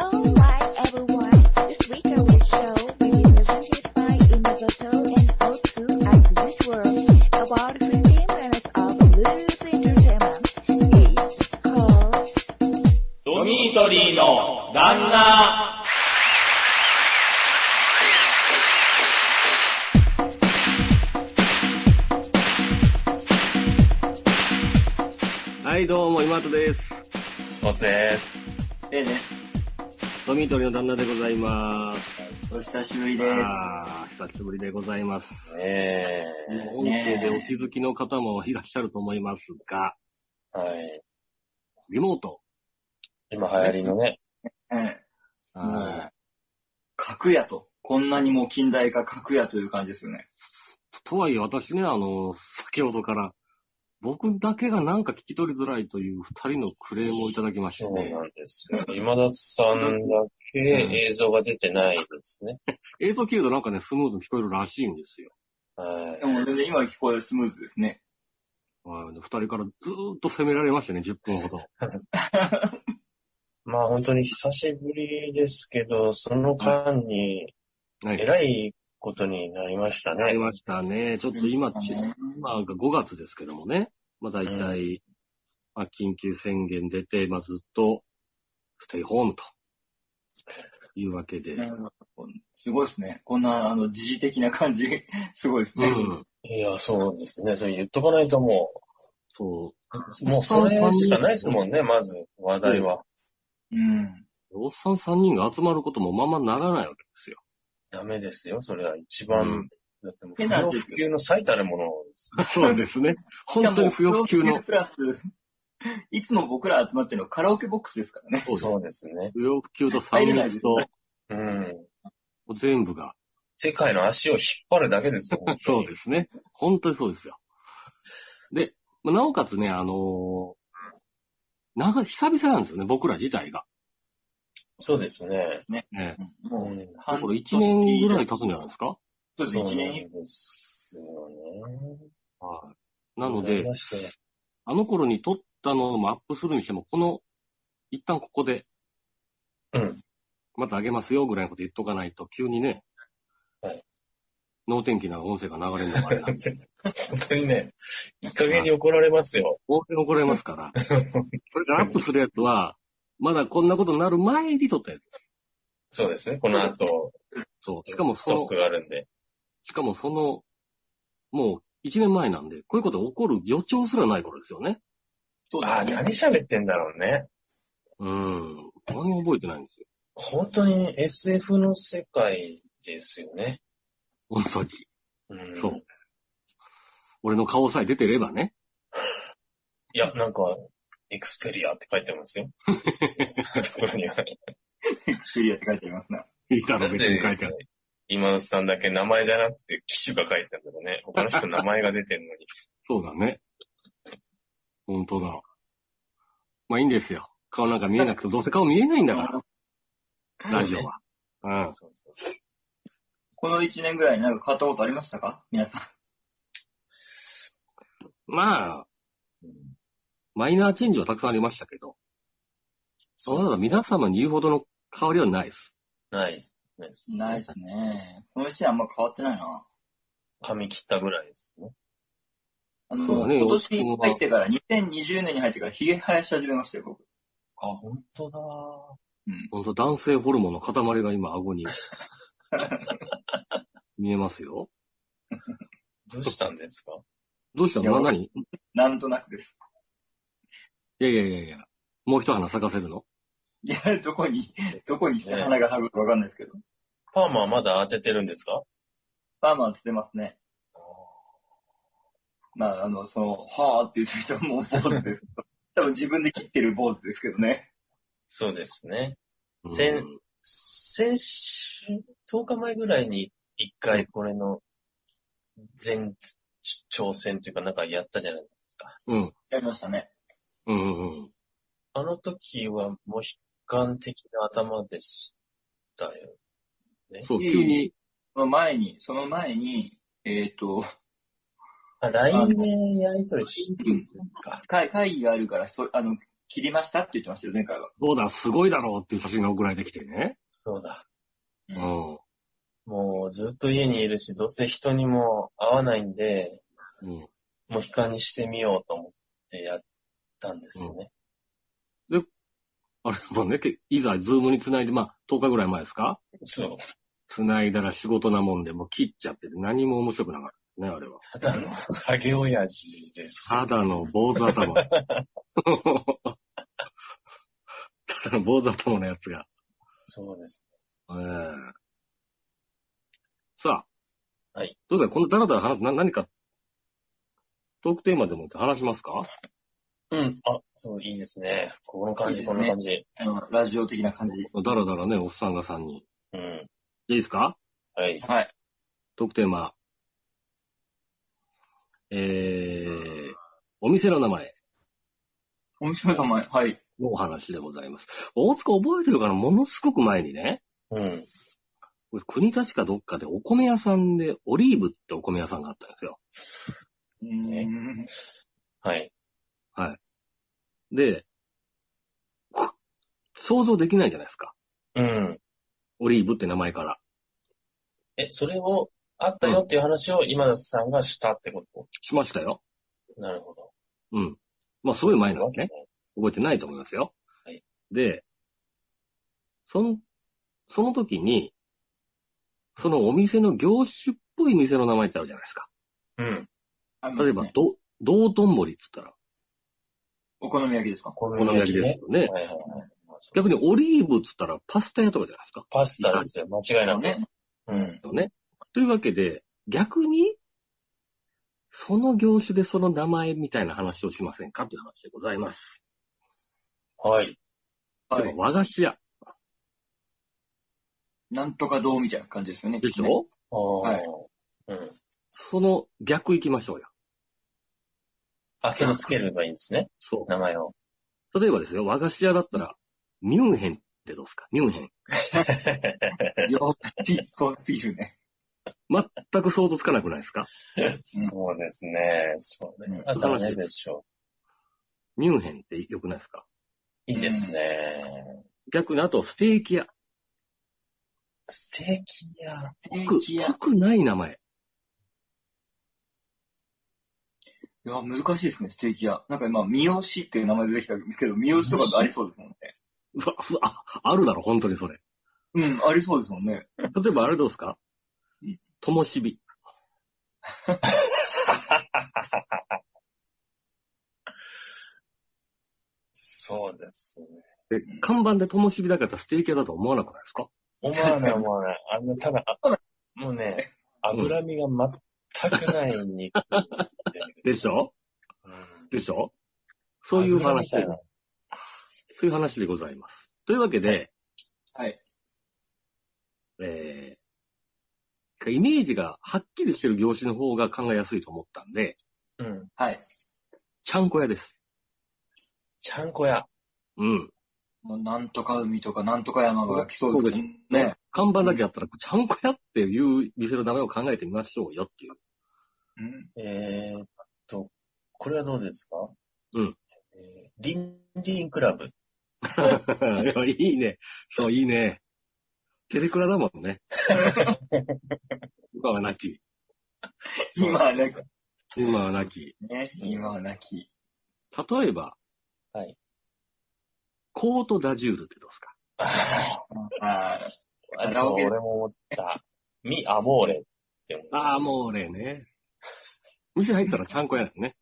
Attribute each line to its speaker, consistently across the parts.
Speaker 1: Oh my everyone, this week I will show will be presented by Inazoto and Otsu as usual about 15 minutes of loose entertainment. It's called
Speaker 2: ドミートリーの旦那。
Speaker 3: はい、どうも、今とです。
Speaker 4: コツです。
Speaker 5: レイです。
Speaker 3: 富取の旦那でございます。
Speaker 5: お久しぶりです。
Speaker 3: あー、久しぶりでございます。
Speaker 4: ね
Speaker 3: 音声でお気づきの方もいらっしゃると思いますが、
Speaker 4: え。はい。
Speaker 3: リモート。
Speaker 4: 今流行りのね、
Speaker 5: うん。
Speaker 3: あー
Speaker 5: 格屋と。こんなにもう近代化格屋という感じですよね。
Speaker 3: とはいえ、私ね、あの、先ほどから、僕だけがなんか聞き取りづらいという二人のクレームをいただきまし
Speaker 4: そ
Speaker 3: て
Speaker 4: う
Speaker 3: ね、
Speaker 4: なんですよ。今田さんだけ映像が出てないですね。
Speaker 3: 映像切るとなんかね、スムーズに聞こえるらしいんですよ。
Speaker 4: はい
Speaker 5: で。も全然今聞こえるスムーズですね。
Speaker 3: はい二人からずーっと責められましたね、10分ほど。
Speaker 4: まあ本当に久しぶりですけど、その間に、
Speaker 3: はい。
Speaker 4: 偉いことになりました
Speaker 3: あり
Speaker 4: ね。
Speaker 3: ましたね。ちょっと今、
Speaker 5: うん
Speaker 3: ち今が5月ですけどもね。まあ大体、まあ緊急宣言出て、まあずっと、ステイホームと。いうわけで。
Speaker 5: なるほどすごいですね。こんな、あの、時事的な感じ、 すごいです
Speaker 3: う
Speaker 5: ね。
Speaker 3: ん。
Speaker 4: いや、そうですね。それ言っとかないとも、
Speaker 3: そう
Speaker 4: もうそれしかないですもんね、まず、話題は。
Speaker 5: うん。
Speaker 3: う。おっさん3人が集まることもままならないわけですよ。
Speaker 4: ダメですよ、それは一
Speaker 3: う
Speaker 4: 番
Speaker 3: ん。
Speaker 4: だってもう不要不急の最たるものです。
Speaker 3: そうですね。本当に不要不急
Speaker 5: いやも
Speaker 3: の
Speaker 5: う。不要不急プラス、いつも僕ら集まってるのはカラオケボックスですからね。
Speaker 3: そ
Speaker 4: そうですね。
Speaker 3: 不要不急と3密と、
Speaker 4: うん。
Speaker 3: 全部が。
Speaker 4: 世界の足を引っ張るだけですよ。
Speaker 3: そうですね。本当にそうですよ。で、まあなおかつね、あのーなんか久々なんですよね、僕ら自体が。
Speaker 4: そうですね。
Speaker 3: ね。
Speaker 5: うん
Speaker 4: う
Speaker 5: もう、
Speaker 4: ん、
Speaker 3: だから
Speaker 5: 半年
Speaker 3: 1年ぐらい経つんじゃないですか
Speaker 5: そうです、
Speaker 4: そうな
Speaker 5: 1年以
Speaker 4: んですよね。
Speaker 3: はい。なの
Speaker 4: わかり
Speaker 3: で、
Speaker 4: ました
Speaker 3: あの頃に撮ったのもアップするにしても、この、一旦ここで、
Speaker 4: うん。
Speaker 3: また上げますよぐらいのこと言っとかないと、急にね、
Speaker 4: はい
Speaker 3: 能天気な音声が流れるのもあれなんで、
Speaker 4: 本当にね、いい加減に怒られますよ。
Speaker 3: 大手怒られますから、これからアップするやつは、まだこんなことになる前に撮ったやつ。
Speaker 4: そうですね、この後、
Speaker 3: そう。しかも
Speaker 4: ス
Speaker 3: そ
Speaker 4: トッ
Speaker 3: の
Speaker 4: ク、があるんで。
Speaker 3: しかもその、もう一年前なんで、こういうこと起こる予兆すらない頃ですよね。
Speaker 5: そう
Speaker 4: あ
Speaker 5: だ
Speaker 4: あ、
Speaker 5: ね。
Speaker 4: 何喋ってんだろうね。
Speaker 3: うん。何も覚えてないんですよ。
Speaker 4: 本当に SF の世界ですよね。
Speaker 3: 本当に。
Speaker 4: うん、
Speaker 3: そう。俺の顔さえ出てればね。
Speaker 4: いや、なんか、エクスペリアって書いてま すよ。そこには。
Speaker 5: シリアって書いてありますな。
Speaker 3: いいだろ、
Speaker 4: なん
Speaker 3: 別に
Speaker 4: で
Speaker 3: 書いてある。
Speaker 4: 今のさんだけ名前じゃなくて機種が書いてあるんだろうね。他の人名前が出てるのに。
Speaker 3: そうだね。本当だ。まあいいんですよ。顔なんか見えなくて、どうせ顔見えないんだか
Speaker 4: そ
Speaker 3: ら、
Speaker 4: う
Speaker 3: ラ
Speaker 4: ね
Speaker 3: ジオは。うん。
Speaker 4: そうそうそう
Speaker 5: この1年ぐらいなんか変わったことありましたか皆さん。
Speaker 3: まあ、マイナーチェンジはたくさんありましたけど、そ
Speaker 4: そう
Speaker 3: の
Speaker 4: ですね
Speaker 3: 皆様に言うほどの変わりはないです。
Speaker 4: ない。ないです
Speaker 5: ないですね。この1年あんま変わってないな。
Speaker 4: 髪切ったぐらいですね。
Speaker 5: あの、
Speaker 3: そうだね
Speaker 5: 今年入ってから、2020年に入ってから、髭生やし始めましたよ、僕。
Speaker 4: あ、本当だ。
Speaker 5: うん。
Speaker 3: 本当男性ホルモンの塊が今顎 に見えますよ。
Speaker 4: どうしたんです か
Speaker 3: どうした
Speaker 5: いや
Speaker 3: のな、何い
Speaker 5: なんとなくです。
Speaker 3: やいやいやいや。もう一花咲かせるの
Speaker 5: いや、どこに、どこに
Speaker 4: そうですね
Speaker 5: 花が咲くかわかんないですけど。
Speaker 4: パーマはまだ当ててるんですか
Speaker 5: パーマ当ててますね。まあ、あの、その、はーって言う人はもう坊主です。多分自分で切ってる坊主ですけどね。
Speaker 4: そうですね。
Speaker 3: うん
Speaker 4: せん先週、10日前ぐらいに一回これの前挑戦というかなんかやったじゃないですか。
Speaker 3: うん。
Speaker 5: やりましたね。
Speaker 3: うんうんうん。
Speaker 4: あの時はもう悲観的な頭でしたよ。
Speaker 3: そう、急に。
Speaker 5: その前に、その前に、えっ、と、
Speaker 4: あ、LINE でやりとりし
Speaker 5: うん
Speaker 4: か。
Speaker 5: 会会議があるから、そあの、切りましたって言ってましたよ、前回は。
Speaker 3: そうだ、すごいだろうっていう写真が送られてきてね。
Speaker 4: そうだ。
Speaker 5: う。
Speaker 3: うんん。
Speaker 4: もうずっと家にいるし、どうせ人にも会わないんで、
Speaker 3: うん。
Speaker 4: モヒカンにしてみようと思ってやったんですよね。
Speaker 3: あれもね、けいざズームにつないで、まあ、10日ぐらい前ですか
Speaker 4: そう。
Speaker 3: つないだら仕事なもんで、もう切っちゃってて何も面白くなかったですね、あれは。
Speaker 4: ただのハゲ親父です。
Speaker 3: ただの坊主頭。ただの坊主頭のやつが。
Speaker 4: そうです。
Speaker 3: ええさあ。
Speaker 4: はい。
Speaker 3: どうだこのダラダラ話す、な、何か、トークテーマでもって話しますか
Speaker 4: うん。あ、そう、いいですね。この感じ、
Speaker 5: いいで
Speaker 4: こ
Speaker 5: すね
Speaker 4: の感じ。
Speaker 5: あの、ラジオ的な感じ。
Speaker 3: ダラダラね、おっさんが3人。い
Speaker 4: うん。
Speaker 3: いですか
Speaker 4: はい。
Speaker 5: はい。
Speaker 3: トークテーマ。えー、お店の名前
Speaker 5: お店の名前、はい。
Speaker 3: のお話でございます。大塚覚えてるかなものすごく前にね、
Speaker 4: うん。
Speaker 3: これ国立かどっかでお米屋さんで、オリーブってお米屋さんがあったんですよ。
Speaker 5: うーん。
Speaker 4: はい。
Speaker 3: で、こ想像できないじゃないですか。
Speaker 4: うん。
Speaker 3: オリーブって名前から。
Speaker 4: え、それを、あったよっていう話を今田さんがしたってこと、
Speaker 3: しましたよ。
Speaker 4: なるほど。
Speaker 3: うん。まあ、すごい前なん
Speaker 4: わ
Speaker 3: で
Speaker 4: け
Speaker 3: す
Speaker 4: ない
Speaker 3: ね。覚えてないと思いますよ。
Speaker 4: はい
Speaker 3: で、その、その時に、そのお店の業種っぽい店の名前ってあるじゃないですか。
Speaker 4: うん。
Speaker 5: あります
Speaker 3: 例え
Speaker 5: ね
Speaker 3: ば、ど、道頓堀って言ったら、
Speaker 5: お好み焼きですか
Speaker 4: こ
Speaker 3: お好
Speaker 4: の
Speaker 3: み焼
Speaker 4: 焼き
Speaker 3: きで
Speaker 4: ね
Speaker 3: す。よね。
Speaker 4: はいはいはい。
Speaker 3: 逆にオリーブって言ったらパスタ屋とかじゃないですか。
Speaker 4: パスタですよ。間違いなく。
Speaker 5: ね。
Speaker 4: うん。
Speaker 3: よね。というわけで、逆に、その業種でその名前みたいな話をしませんかという話でございます。
Speaker 4: はい。
Speaker 5: は
Speaker 3: で
Speaker 5: い
Speaker 3: も。和菓子屋
Speaker 5: なんとかどうみたいな感じですよね。
Speaker 3: でし
Speaker 5: きっとね
Speaker 3: ょ
Speaker 4: ああ、
Speaker 5: はい
Speaker 4: うん。
Speaker 3: その逆行きましょうよ。
Speaker 4: あ、それつければいいんですね。
Speaker 3: そ
Speaker 4: 名前を。
Speaker 3: う。例えばですよ、和菓子屋だったら、ミュンヘンってどうですかミュンヘン。
Speaker 5: よーし、怖すぎるね。
Speaker 3: 全く想像つかなくないですか
Speaker 4: そうですね。そうね。あ、ダメでしょ
Speaker 3: ミュンヘンって良くないですか
Speaker 4: う。いいですね。
Speaker 3: 逆にあと、ステーキ屋。
Speaker 4: ステーキ屋。
Speaker 5: ステ
Speaker 3: 濃
Speaker 5: ー
Speaker 3: く
Speaker 5: キ屋。い
Speaker 3: 濃くない名前。
Speaker 5: や、難しいですね、ステーキ屋。なんか今、三好っていう名前出てきたんですけど、三好とかありそうですもんね。
Speaker 3: うわ、うわあ、あるだろ、本当にそれ。
Speaker 5: うん、ありそうですもんね。
Speaker 3: 例えばあれどうですか
Speaker 5: うん
Speaker 3: ともしび。
Speaker 4: そうですね。
Speaker 3: で看板でともしびだからステーキ屋だと思わなくないですか
Speaker 4: 思わない思わない。あの、ただ、あもうね、脂身が全くない肉で。
Speaker 3: でしょ
Speaker 4: うん
Speaker 3: でしょそういう
Speaker 4: 脂み
Speaker 3: 話
Speaker 4: た
Speaker 3: で
Speaker 4: い、な
Speaker 3: そういう話でございます。というわけで、
Speaker 5: はい。
Speaker 3: えー、イメージがはっきりしてる業種の方が考えやすいと思ったんで、
Speaker 4: うん。
Speaker 5: はい。
Speaker 3: ちゃんこ屋です。
Speaker 4: ちゃんこ屋。
Speaker 3: うん。
Speaker 5: もうなんとか海とか、なんとか山が来そうですもん
Speaker 3: そう
Speaker 5: ね。
Speaker 3: 看板だけあったら、ちゃんこ屋っていう店の名前を考えてみましょうよっていう。
Speaker 5: うん。
Speaker 4: えーっと、これはどうですか
Speaker 3: うん。
Speaker 4: えーリンリンクラブ。
Speaker 3: いやいいね。そう、いいね。テレクラだもん ね。今はなき。
Speaker 5: 今はなき。
Speaker 3: 今はなき。
Speaker 5: ね、今はなき。
Speaker 3: 例えば、
Speaker 4: はい。
Speaker 3: コートダジュールってどうですか
Speaker 4: あ
Speaker 5: あ
Speaker 4: ー
Speaker 5: あ、
Speaker 4: そう、
Speaker 5: オケ
Speaker 4: 俺も思った。ミ・アモーレって思いました
Speaker 3: ああ、もう俺ね。店入ったらちゃんこ屋だね。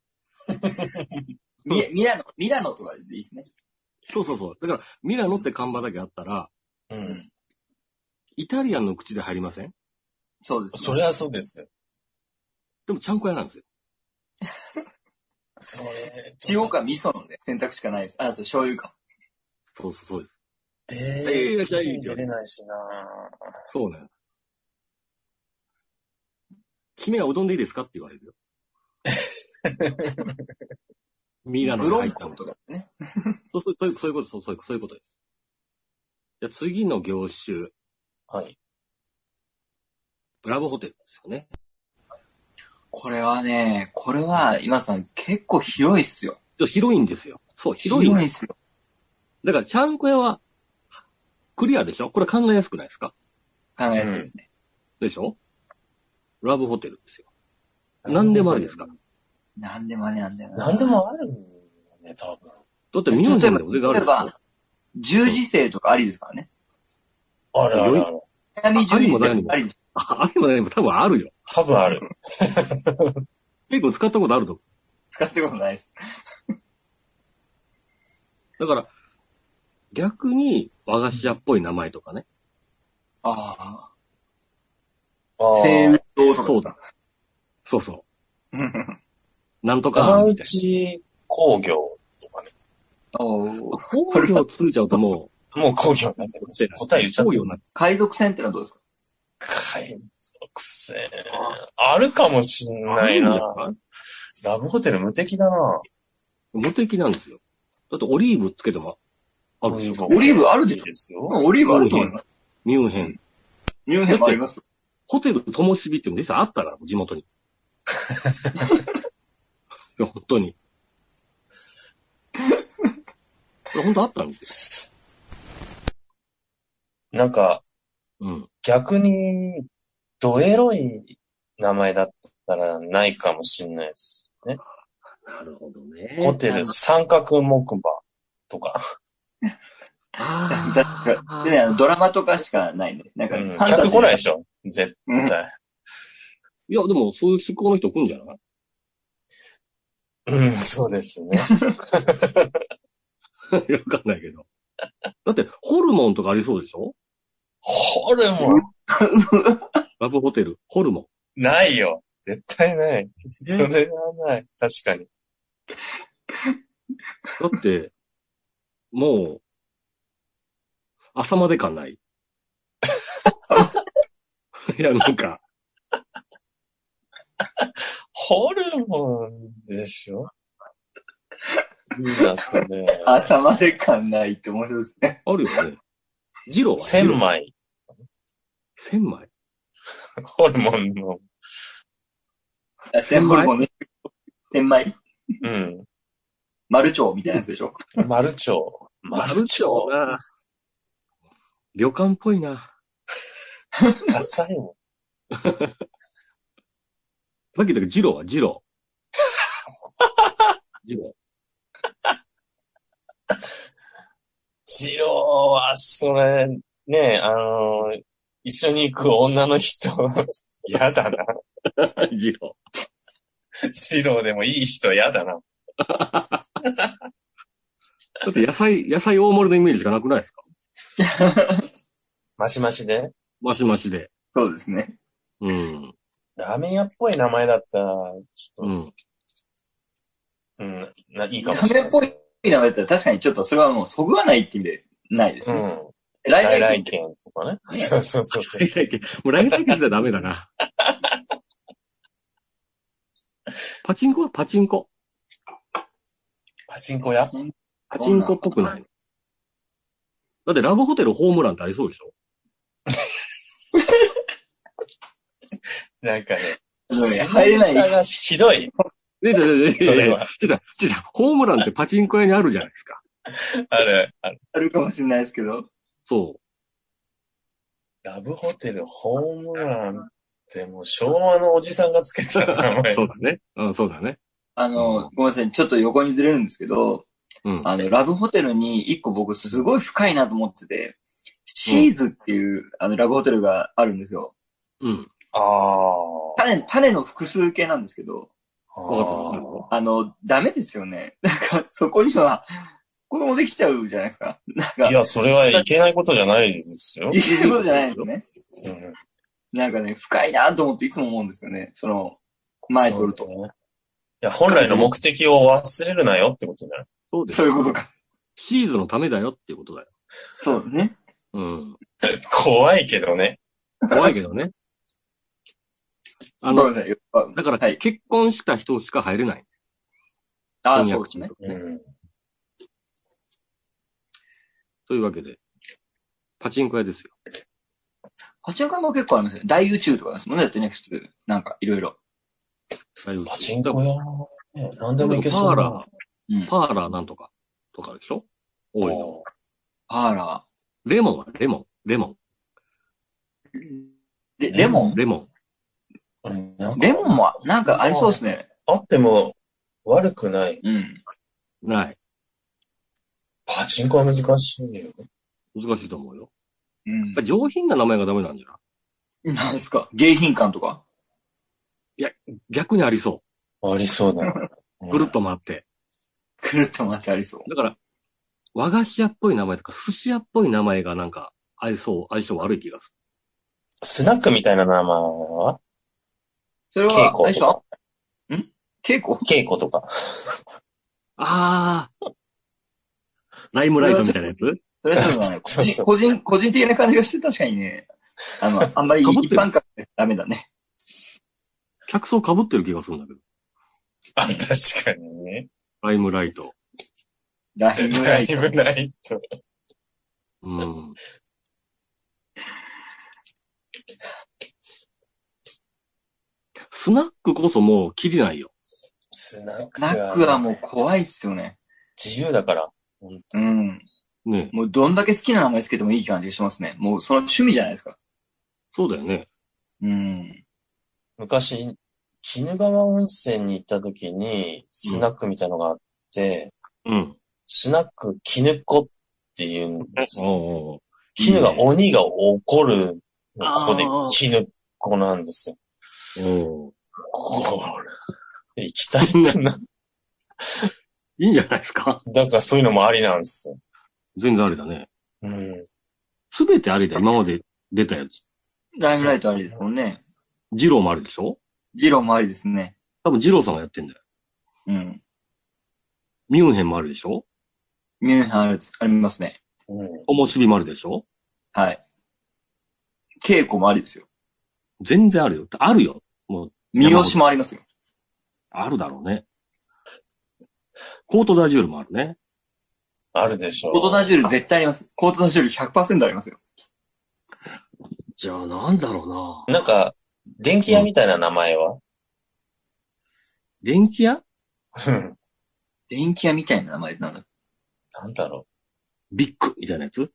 Speaker 5: ミミラノ、ミラノとかでいいですね。
Speaker 3: そうそうそう。だから、ミラノって看板だけあったら、
Speaker 4: う。。
Speaker 5: うん
Speaker 3: イタリアンの口で入りません
Speaker 5: そうです
Speaker 4: そ
Speaker 5: ね。
Speaker 4: れはそうですよ。
Speaker 3: でもちゃんこ屋なんですよ。
Speaker 4: それ、
Speaker 5: 塩か味噌のね、選択しかないです。あ、そう、醤油か。
Speaker 3: そうそうそうです。
Speaker 4: で、
Speaker 3: いらっしゃい
Speaker 4: 出れないしな
Speaker 3: そうね。君はうどんでいいですかって言われるよ。ミラノ
Speaker 5: ブ
Speaker 3: に
Speaker 5: ロ
Speaker 3: 入
Speaker 5: ン
Speaker 3: った
Speaker 5: コ
Speaker 3: の
Speaker 5: とかですね。
Speaker 3: そうそうそういうそういうこと、そうそういうそういうことです。じゃあ次の業種、
Speaker 4: はい。
Speaker 3: ブラボホテルですよね。
Speaker 5: これはね、これは、今さん結構広いっすよ。
Speaker 3: ちょっと広いんですよ。そう、広いん
Speaker 5: 広い
Speaker 3: で。
Speaker 5: ですすよ。
Speaker 3: だから、ちゃんこ屋は、クリアでしょこれ考えやすくないですか
Speaker 5: 考えやすいですね。
Speaker 3: でしょラブホテルですよ。何でもありですから。
Speaker 5: なんでもあれなんだよな。
Speaker 4: 何でもあるんだね、多分。
Speaker 3: だって、ミュンちゃんでも全然ある
Speaker 5: 例えば、十字星とかありですからね。
Speaker 4: あるあるある。
Speaker 5: ちなみに十字星ありです。
Speaker 3: あ、あれもね、多分あるよ。
Speaker 4: 多分ある。
Speaker 3: 結構使ったことあると思
Speaker 5: 使ったことないです。
Speaker 3: う。だから、逆に、和菓子屋っぽい名前とかね。
Speaker 5: あ
Speaker 4: あー
Speaker 5: あ。星雲堂とかですか。
Speaker 3: そうそう。なんとか、
Speaker 4: 山
Speaker 3: みたい
Speaker 4: 内工業とかね。
Speaker 5: おー
Speaker 3: な。工業ついちゃうとも
Speaker 4: もう工業になってる
Speaker 3: う、
Speaker 4: 答え言っちゃっ
Speaker 3: 工
Speaker 4: て
Speaker 3: 業
Speaker 4: る。
Speaker 3: になっ
Speaker 5: 海賊船ってのはどうですか
Speaker 4: 海賊船。あるかもしんない
Speaker 3: な。
Speaker 4: ない
Speaker 3: な。
Speaker 4: ラブホテル無敵だな。
Speaker 3: 無敵なんですよ。だってオリーブつけてもあるでしょ。
Speaker 5: オリーブあるでしょ
Speaker 4: です
Speaker 5: まあ
Speaker 4: よ。
Speaker 5: オリーブあると思います。
Speaker 3: ミュンヘン。
Speaker 5: ミュンヘンもありますよ。
Speaker 3: ホテルともしびっていうの実はあったから、地 元に。いや、本当に。これ本当あったんです
Speaker 4: なんか、
Speaker 3: よ。うん。
Speaker 4: 逆に、ドエロい名前だったらないかもしんないですね。
Speaker 3: なるほどね
Speaker 4: ホテル三角木馬とか。
Speaker 3: あ
Speaker 5: Ah.
Speaker 3: あ。
Speaker 5: でね、あのドラマとかしかないね。なんか、
Speaker 4: うん
Speaker 5: ファンタジー
Speaker 4: 客来ないでしょ絶
Speaker 5: うん
Speaker 4: 対。
Speaker 3: いや、でもそういう思考の人来るんじゃない
Speaker 4: うん、そうですね。
Speaker 3: いやわかんないけど。だって、ホルモンとかありそうでしょ
Speaker 4: ホルモン、
Speaker 3: ラブホテル、ホルモン。
Speaker 4: ないよ。絶対ない。それはない。確かに。
Speaker 3: だって、もう、朝まで感 ない。いや、なんか、
Speaker 4: ホルモンでしょいいな、それ。
Speaker 5: 朝まで感ないって面白いですね。
Speaker 3: あるよね。ジローは
Speaker 4: 千。枚。
Speaker 3: 千枚。
Speaker 4: ホルモンの。
Speaker 5: あ千枚もね。千枚
Speaker 4: うん。
Speaker 5: 丸蝶みたいなやつ でしょ。
Speaker 4: マルチョウ。マルチョウ。
Speaker 3: な。旅館っぽいな。
Speaker 4: ダサいもん。
Speaker 3: さっき言ったけど、ジローはジロー。ジロ
Speaker 4: ジローは、それ、ねえ、あのー一緒に行く女の人、 やだな。
Speaker 3: ー。ジロ
Speaker 4: ジローでもいい人、やだな。
Speaker 3: ー。だって野菜、野菜大盛りのイメージしかなくないですか
Speaker 4: マシマシで。
Speaker 3: マシマシで。
Speaker 5: そうですね。
Speaker 3: うん。
Speaker 4: ラーメン屋っぽい名前だったら、ちょっと、
Speaker 3: うん。
Speaker 4: うん、な、いいかもしれない
Speaker 5: ラーメンっいい名前だったら確かにちょっとそれはもうそぐわないって意味でないです
Speaker 4: う
Speaker 5: ね。
Speaker 4: ん。
Speaker 5: 来
Speaker 4: 来来
Speaker 5: 来
Speaker 4: 県とか ね。そうそうそう。
Speaker 3: 来来系。もう来来系じゃダメだな。パチンコはパチンコ。
Speaker 4: パチンコ屋
Speaker 3: パチンコっぽくない。だってラブホテルホームランってありそうでしょ
Speaker 4: なんかね。
Speaker 5: 入れない。
Speaker 4: がひどい。
Speaker 3: ねえ、ちょ、ち
Speaker 4: そ
Speaker 3: ょ、ち
Speaker 4: れ
Speaker 3: ょ
Speaker 4: は。
Speaker 3: ちょ、ちょ、ちょ、ホームランってパチンコ屋にあるじゃないですか。
Speaker 4: ある、ある。
Speaker 5: あるかもしれないですけど。
Speaker 3: そ
Speaker 4: ラブホテルホームランってもう昭和のおじさんがつけた名
Speaker 3: う。
Speaker 4: 前
Speaker 3: そ。うだね。うん、そうだね。
Speaker 5: あの、ごめんなさい。ちょっと横にずれるんですけど、
Speaker 3: うん。
Speaker 5: あの、ラブホテルに一個僕すごい深いなと思ってて、シーズっていう、あの、ラブホテルがあるんですよ。
Speaker 3: うん。
Speaker 4: ああ。
Speaker 5: 種、種の複数形なんですけど、
Speaker 3: わかる
Speaker 4: あ
Speaker 5: あの、ダメですよね。 なんか、そこには、子供できちゃうじゃないですか。なん
Speaker 4: ー
Speaker 5: か、
Speaker 4: いや、それはいけないことじゃないですよ。
Speaker 5: 言えることじゃないですね。
Speaker 4: うん
Speaker 5: なんかね、深いなと思っていつも思うんですよね。その、前撮ると。
Speaker 4: そうねいや、本来の目的を忘れるなよって ことじゃない
Speaker 3: そうです。
Speaker 5: そういうこと。か。
Speaker 3: シーズンのためだよっていうことだよ。
Speaker 5: そうですね。
Speaker 3: うん。
Speaker 4: 怖いけどね。
Speaker 3: 怖いけどね。あ
Speaker 5: ご
Speaker 3: の、
Speaker 5: めんなさいやっぱ
Speaker 3: だから、
Speaker 5: はい。
Speaker 3: 結婚した人しか入れない。
Speaker 5: ああ、
Speaker 3: 婚
Speaker 5: そう
Speaker 3: 約
Speaker 5: ですね。
Speaker 3: 者とか
Speaker 4: うん。
Speaker 3: というわけで、パチンコ屋ですよ。
Speaker 5: パチンコ屋も結構ありますね。大宇宙とかですもんね。だってね、普通。なんか、いろいろ。
Speaker 3: 大丈夫
Speaker 4: パチンコ屋ね。何でもいけ
Speaker 3: パ
Speaker 4: そ
Speaker 3: ー
Speaker 4: う
Speaker 3: ラ
Speaker 4: な。
Speaker 3: ー、
Speaker 5: うん。
Speaker 3: パーラーなんとかとかでしょ多いの。
Speaker 4: おー
Speaker 5: パーラ
Speaker 3: レモンはレモン、レモ
Speaker 5: ー。レ
Speaker 4: レモ
Speaker 3: ン、レモン。
Speaker 4: うんなんか
Speaker 5: レモンは、なんかありそうですね。
Speaker 4: あっても悪くない。
Speaker 5: うん。
Speaker 3: ない。
Speaker 4: パチンコは難しいよ。
Speaker 3: 難しいと思うよ。や
Speaker 5: うん
Speaker 3: っぱ。上品な名前がダメなんじゃない
Speaker 5: なんですか迎賓館とか
Speaker 3: 逆にありそ
Speaker 4: ありそうだな。
Speaker 3: う。ぐるっと回って。
Speaker 5: 来るとまってありそう。
Speaker 3: だから、和菓子屋っぽい名前とか寿司屋っぽい名前がなんか、合いそう、相性悪い気がす
Speaker 4: スナックみたいな名前は
Speaker 5: それ
Speaker 4: 稽
Speaker 5: は、
Speaker 4: 古
Speaker 5: 最
Speaker 4: と
Speaker 5: 初
Speaker 4: か
Speaker 5: は、ん稽古
Speaker 4: 稽古とか。
Speaker 3: る。あー。ライムライトみたいなやつ
Speaker 5: それはそうだね。
Speaker 4: そうそう
Speaker 5: 個人、個人的な感じがして確かにね、あの、あんまり一
Speaker 3: 被ってる
Speaker 5: 般化ってダメだね。
Speaker 3: 客層被ってる気がするんだけど。
Speaker 4: あ、確かにね。
Speaker 3: ライムライト。
Speaker 5: ライブラ
Speaker 4: ラ
Speaker 5: イ
Speaker 4: イ
Speaker 5: ト。
Speaker 4: ブライト。
Speaker 3: うん。スナックこそもう切りないよ。
Speaker 4: スナック
Speaker 5: ナックはもう怖いっすよね。
Speaker 4: 自由だから。
Speaker 5: うん。
Speaker 3: ね
Speaker 5: もうどんだけ好きな名前つけてもいい感じがしますね。もうその趣味じゃないですか。
Speaker 3: そうだよね。
Speaker 5: うん。
Speaker 4: 昔、鬼怒川温泉に行った時に、スナックみたいのがあって、
Speaker 3: うん。
Speaker 4: スナック絹っ子っていうんです。
Speaker 3: おうおう
Speaker 4: 絹が、鬼が怒る
Speaker 3: あ
Speaker 4: の、
Speaker 3: ー
Speaker 4: ここで絹っ子なんですよ。
Speaker 3: おう
Speaker 4: これ、行きたいな。
Speaker 3: いいんじゃないですか
Speaker 4: だからそういうのもありなんですよ。
Speaker 3: 全然ありだね。
Speaker 4: うん。
Speaker 3: すべてありだ。今まで出たやつ。
Speaker 5: ライムライトありですもんね。
Speaker 3: ジローもあるでしょ
Speaker 5: ジローもありですね。
Speaker 3: 多分ジローさんがやってんだよ。
Speaker 5: うん。
Speaker 3: ミュンヘンもあるでしょ
Speaker 5: ミュンヘンあるありますね。
Speaker 4: うん。
Speaker 3: おもしびもあるでしょ
Speaker 5: はい。稽古もありですよ。
Speaker 3: 全然あるよ。あるよ。もう、
Speaker 5: 三好もありますよ。
Speaker 3: あるだろうね。コートダジュールもあるね。
Speaker 4: あるでしょう。
Speaker 5: コートダジュール絶対あります。コートダジュール100%ありますよ。
Speaker 3: じゃあなんだろうな
Speaker 4: なんか、電気屋みたいな名前は、
Speaker 3: 電気屋
Speaker 4: うん、
Speaker 5: 電気屋みたいな名前なんだ。
Speaker 4: なんだろ
Speaker 3: ビッグみたいなやつ
Speaker 4: う。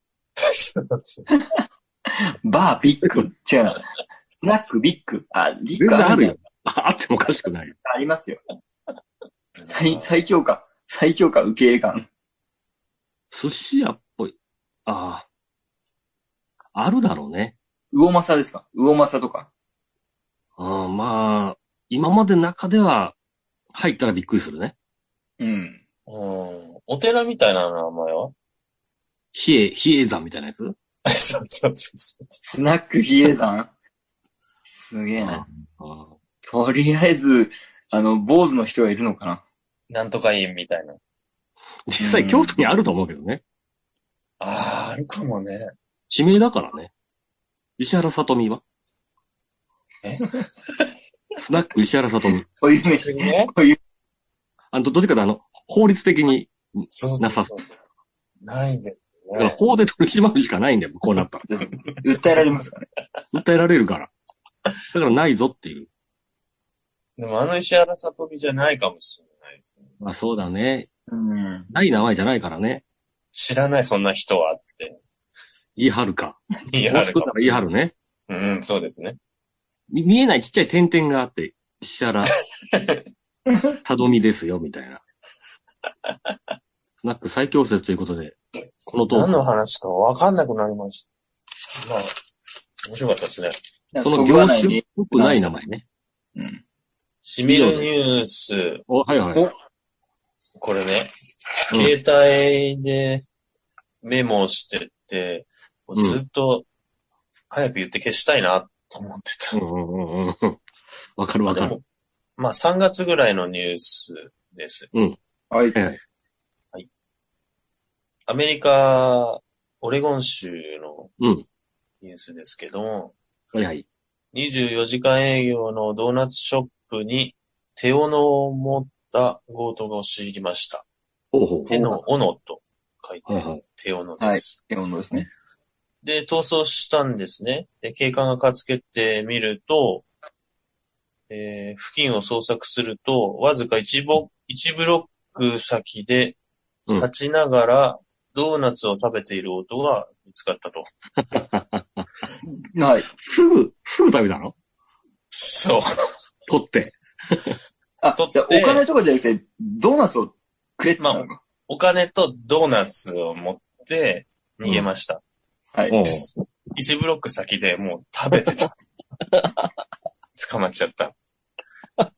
Speaker 5: バービッグ。違うな。スナックビッグ。あ、ビッ
Speaker 3: 全
Speaker 5: グ
Speaker 3: 然
Speaker 5: あ
Speaker 3: あ
Speaker 5: る
Speaker 3: る
Speaker 5: よ
Speaker 3: よ。。ああってもおかしくないよ。
Speaker 5: ありますよ。最、最強か。最強か、受け入れ感。
Speaker 3: 寿司屋っぽい。ああ。あるだろうね。
Speaker 5: 魚政ですか魚政とか。
Speaker 3: うん、まあ、今までの中では、入ったらびっくりするね。
Speaker 5: うん。
Speaker 4: うん。お寺みたいな名前は
Speaker 3: 比叡、比叡山みたいなやつ
Speaker 4: そうそうそうそう。
Speaker 5: スナック比叡山すげえな。
Speaker 3: うん
Speaker 5: とりあえず、あの、坊主の人がいるのかな
Speaker 4: なんとか院みたいな。
Speaker 3: 実際京都にあると思うけどね。
Speaker 4: ああ、あるか もね。
Speaker 3: 地名だからね。石原さとみは
Speaker 4: え
Speaker 3: スナック石原さとみ。
Speaker 5: こういう飯。
Speaker 4: ね。
Speaker 5: こういう、
Speaker 3: あの、どどっちかというとあの、法律的に、
Speaker 4: そうそうそう。ないです
Speaker 3: だから
Speaker 4: ね。
Speaker 3: 法で取り締まるしかないんだよ、こうなったら。
Speaker 5: 訴えられますかね。
Speaker 3: 訴えられるから。だからないぞっていう。
Speaker 4: でもあの石原さとみじゃないかもしれないですね。
Speaker 3: まあそうだね。
Speaker 5: うん。
Speaker 3: ない名前じゃないからね。
Speaker 4: 知らない、そんな人はって。
Speaker 3: 言い張るか。
Speaker 4: 言い
Speaker 3: も
Speaker 4: 張
Speaker 3: う
Speaker 4: る
Speaker 3: 作
Speaker 4: か
Speaker 3: ったら
Speaker 4: も
Speaker 3: 言い張るね。
Speaker 4: うん、そうですね。
Speaker 3: み見えないちっちゃい点々があって、石 原、さとみですよ、みたいな。スナック最強説ということで、このトー
Speaker 4: 何
Speaker 3: ク
Speaker 4: の話かわかんなくなりました。まあ、面白かったですね。
Speaker 3: その業種っぽくない名前ね。
Speaker 5: うん。
Speaker 4: しみるニュース、
Speaker 3: お、はいはい。
Speaker 5: お
Speaker 4: これね、
Speaker 3: うん
Speaker 4: 携帯でメモをしてて、
Speaker 3: うん
Speaker 4: ずっと早く言って消したいなと思ってた。
Speaker 3: うんうんうんうん。わかるわ
Speaker 4: で
Speaker 3: かる。
Speaker 4: も、まあ3月ぐらいのニュースです。
Speaker 5: はい。
Speaker 3: はいはい。
Speaker 4: アメリカ、オレゴン州の
Speaker 3: うん。
Speaker 4: ニュースですけど、
Speaker 3: はいはい。
Speaker 4: 24時間営業のドーナツショップに手斧を持った強盗が押し入りました。
Speaker 3: ほうほう。
Speaker 4: 手の斧と書いて
Speaker 3: はいはい。
Speaker 4: 手斧です。
Speaker 5: っていうのですね。
Speaker 4: で、逃走したんですね。で、警官が駆けつけてみると、えー付近を捜索すると、わずか1ボ一ブロック先で、
Speaker 3: うん
Speaker 4: 立ちながらドーナツを食べている音が見つかったと。
Speaker 5: はい。
Speaker 3: すぐ、すぐ食べたの
Speaker 4: そう。
Speaker 3: 取って。
Speaker 5: あ、
Speaker 4: 取って
Speaker 5: じゃあお金とかじゃなくて、ドーナツをくれって言ったのか。
Speaker 4: お金とドーナツを持って逃げました。
Speaker 5: は
Speaker 3: うん
Speaker 5: い。
Speaker 4: 1ブロック先でもう食べてた。捕まっちゃった。
Speaker 3: あ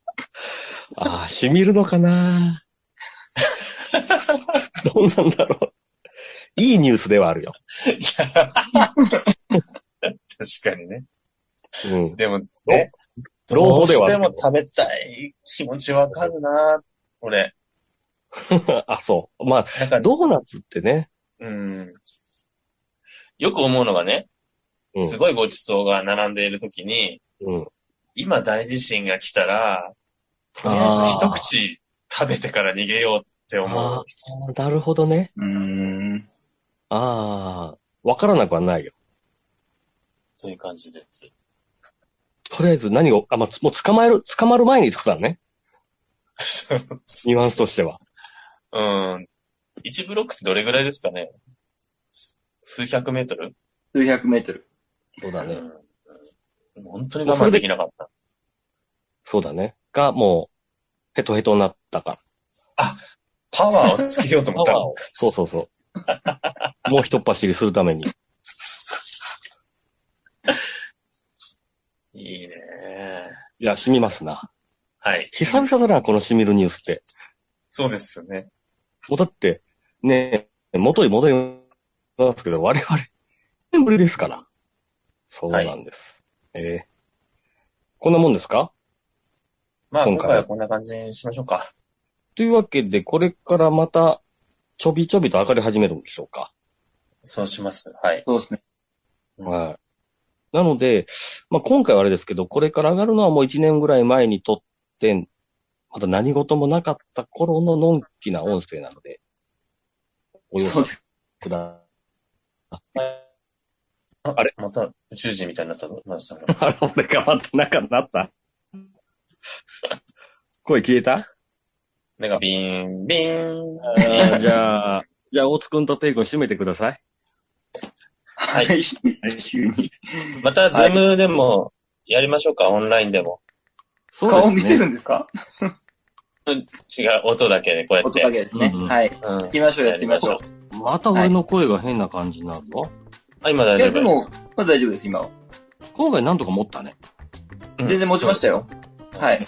Speaker 3: あ、染みるのかなどうなんだろう。いいニュースではあるよ。
Speaker 4: いや確かにね。
Speaker 3: うん。
Speaker 4: でも、ね、
Speaker 3: 朗
Speaker 4: ど
Speaker 3: 報
Speaker 4: う
Speaker 3: では
Speaker 4: し
Speaker 3: ある
Speaker 4: て
Speaker 3: けど
Speaker 4: も食べたい気持ちわかるな俺。
Speaker 3: あ、そう。ま
Speaker 4: なんか
Speaker 3: あ、、ドーナツってね。
Speaker 4: うん。よく思うのがね、
Speaker 3: うん
Speaker 4: すごいごちそうが並んでいるときに、
Speaker 3: うん。
Speaker 4: 今大地震が来たら、とりあえず一口食べてから逃げようって思
Speaker 3: あ
Speaker 4: う。
Speaker 3: あ、なるほどね。
Speaker 5: うーん。
Speaker 3: ああ、わからなくはないよ。
Speaker 4: そういう感じです。
Speaker 3: とりあえず何を、あ、まあ、つもう捕まえる、捕まる前にってことだね。ニュアンスとしては。
Speaker 4: うん。1ブロックってどれぐらいですかねす数百メートル
Speaker 5: 数百メートル。
Speaker 3: そうだね。
Speaker 4: うん本当に我慢できなかった。
Speaker 3: そうだね。が、もう、ヘトヘトになったか。
Speaker 4: パワーをつけようと思った
Speaker 3: パワーをそうそう そう。もう一っ走りするために。
Speaker 4: いいね
Speaker 3: いや、染みますな。
Speaker 4: はい。
Speaker 3: 久々だな、この染みるニュースって。
Speaker 4: そうですよね。
Speaker 3: もうだって、ね、元に戻りますけど、我々、年ぶりですから。そうなんです。ええこんなもんですか
Speaker 4: まあ、
Speaker 3: 今
Speaker 4: 今
Speaker 3: 回
Speaker 4: 回はこんな感じにしましょうか。
Speaker 3: というわけで、これからまた、ちょびちょびと明かり始めるんでしょうか。
Speaker 4: そうします。はい。
Speaker 5: そうですね。
Speaker 4: うん
Speaker 3: はい。なので、まあ、今回はあれですけど、これから上がるのはもう1年ぐらい前に撮って、また何事もなかった頃ののんきな音声なので、お
Speaker 5: そう
Speaker 3: 許
Speaker 5: で
Speaker 3: し
Speaker 5: す。
Speaker 3: くだ
Speaker 4: あ
Speaker 3: あれ
Speaker 4: また宇宙人みたいになったのマルさんが。
Speaker 3: さい。あれ、俺がまた中になった 声消えた
Speaker 4: なんかビーン、ビーン。
Speaker 3: あーじゃあ、じゃあ、大津くんとペイ君閉めてください。
Speaker 5: はいい。急に。
Speaker 4: また、ズームでもやりましょうか、オンラインでも。
Speaker 3: そ
Speaker 5: 顔見せ
Speaker 3: る
Speaker 5: るんですか
Speaker 4: 違う、音だけでこうやっ
Speaker 5: 音
Speaker 4: て。
Speaker 5: だけですね。
Speaker 3: うんうん
Speaker 5: はい。
Speaker 4: うん
Speaker 5: 行きましょう、やってみましょう。
Speaker 3: また俺の声が変な感じになるの、
Speaker 4: あ、今大
Speaker 5: い
Speaker 4: 丈
Speaker 5: や、
Speaker 4: 夫。
Speaker 5: でも、まあ大丈夫です、今は。
Speaker 3: 今回なんとか持ったね。
Speaker 4: うん
Speaker 5: 全然持ちましたよ。はい。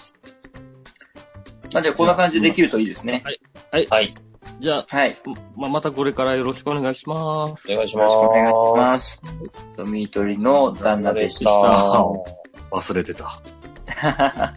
Speaker 5: まあ、じゃあ、こんな感じでできるといいですね。
Speaker 4: はい。
Speaker 3: じゃあ、
Speaker 5: はい。
Speaker 3: ま、またこれからよろしくお願いします。
Speaker 4: お願いし
Speaker 5: よろしくお願いし
Speaker 4: ま。
Speaker 5: ますす。とみとりの旦那でし
Speaker 4: 旦
Speaker 5: た。
Speaker 4: 那でした
Speaker 3: 忘れてた。
Speaker 5: ははは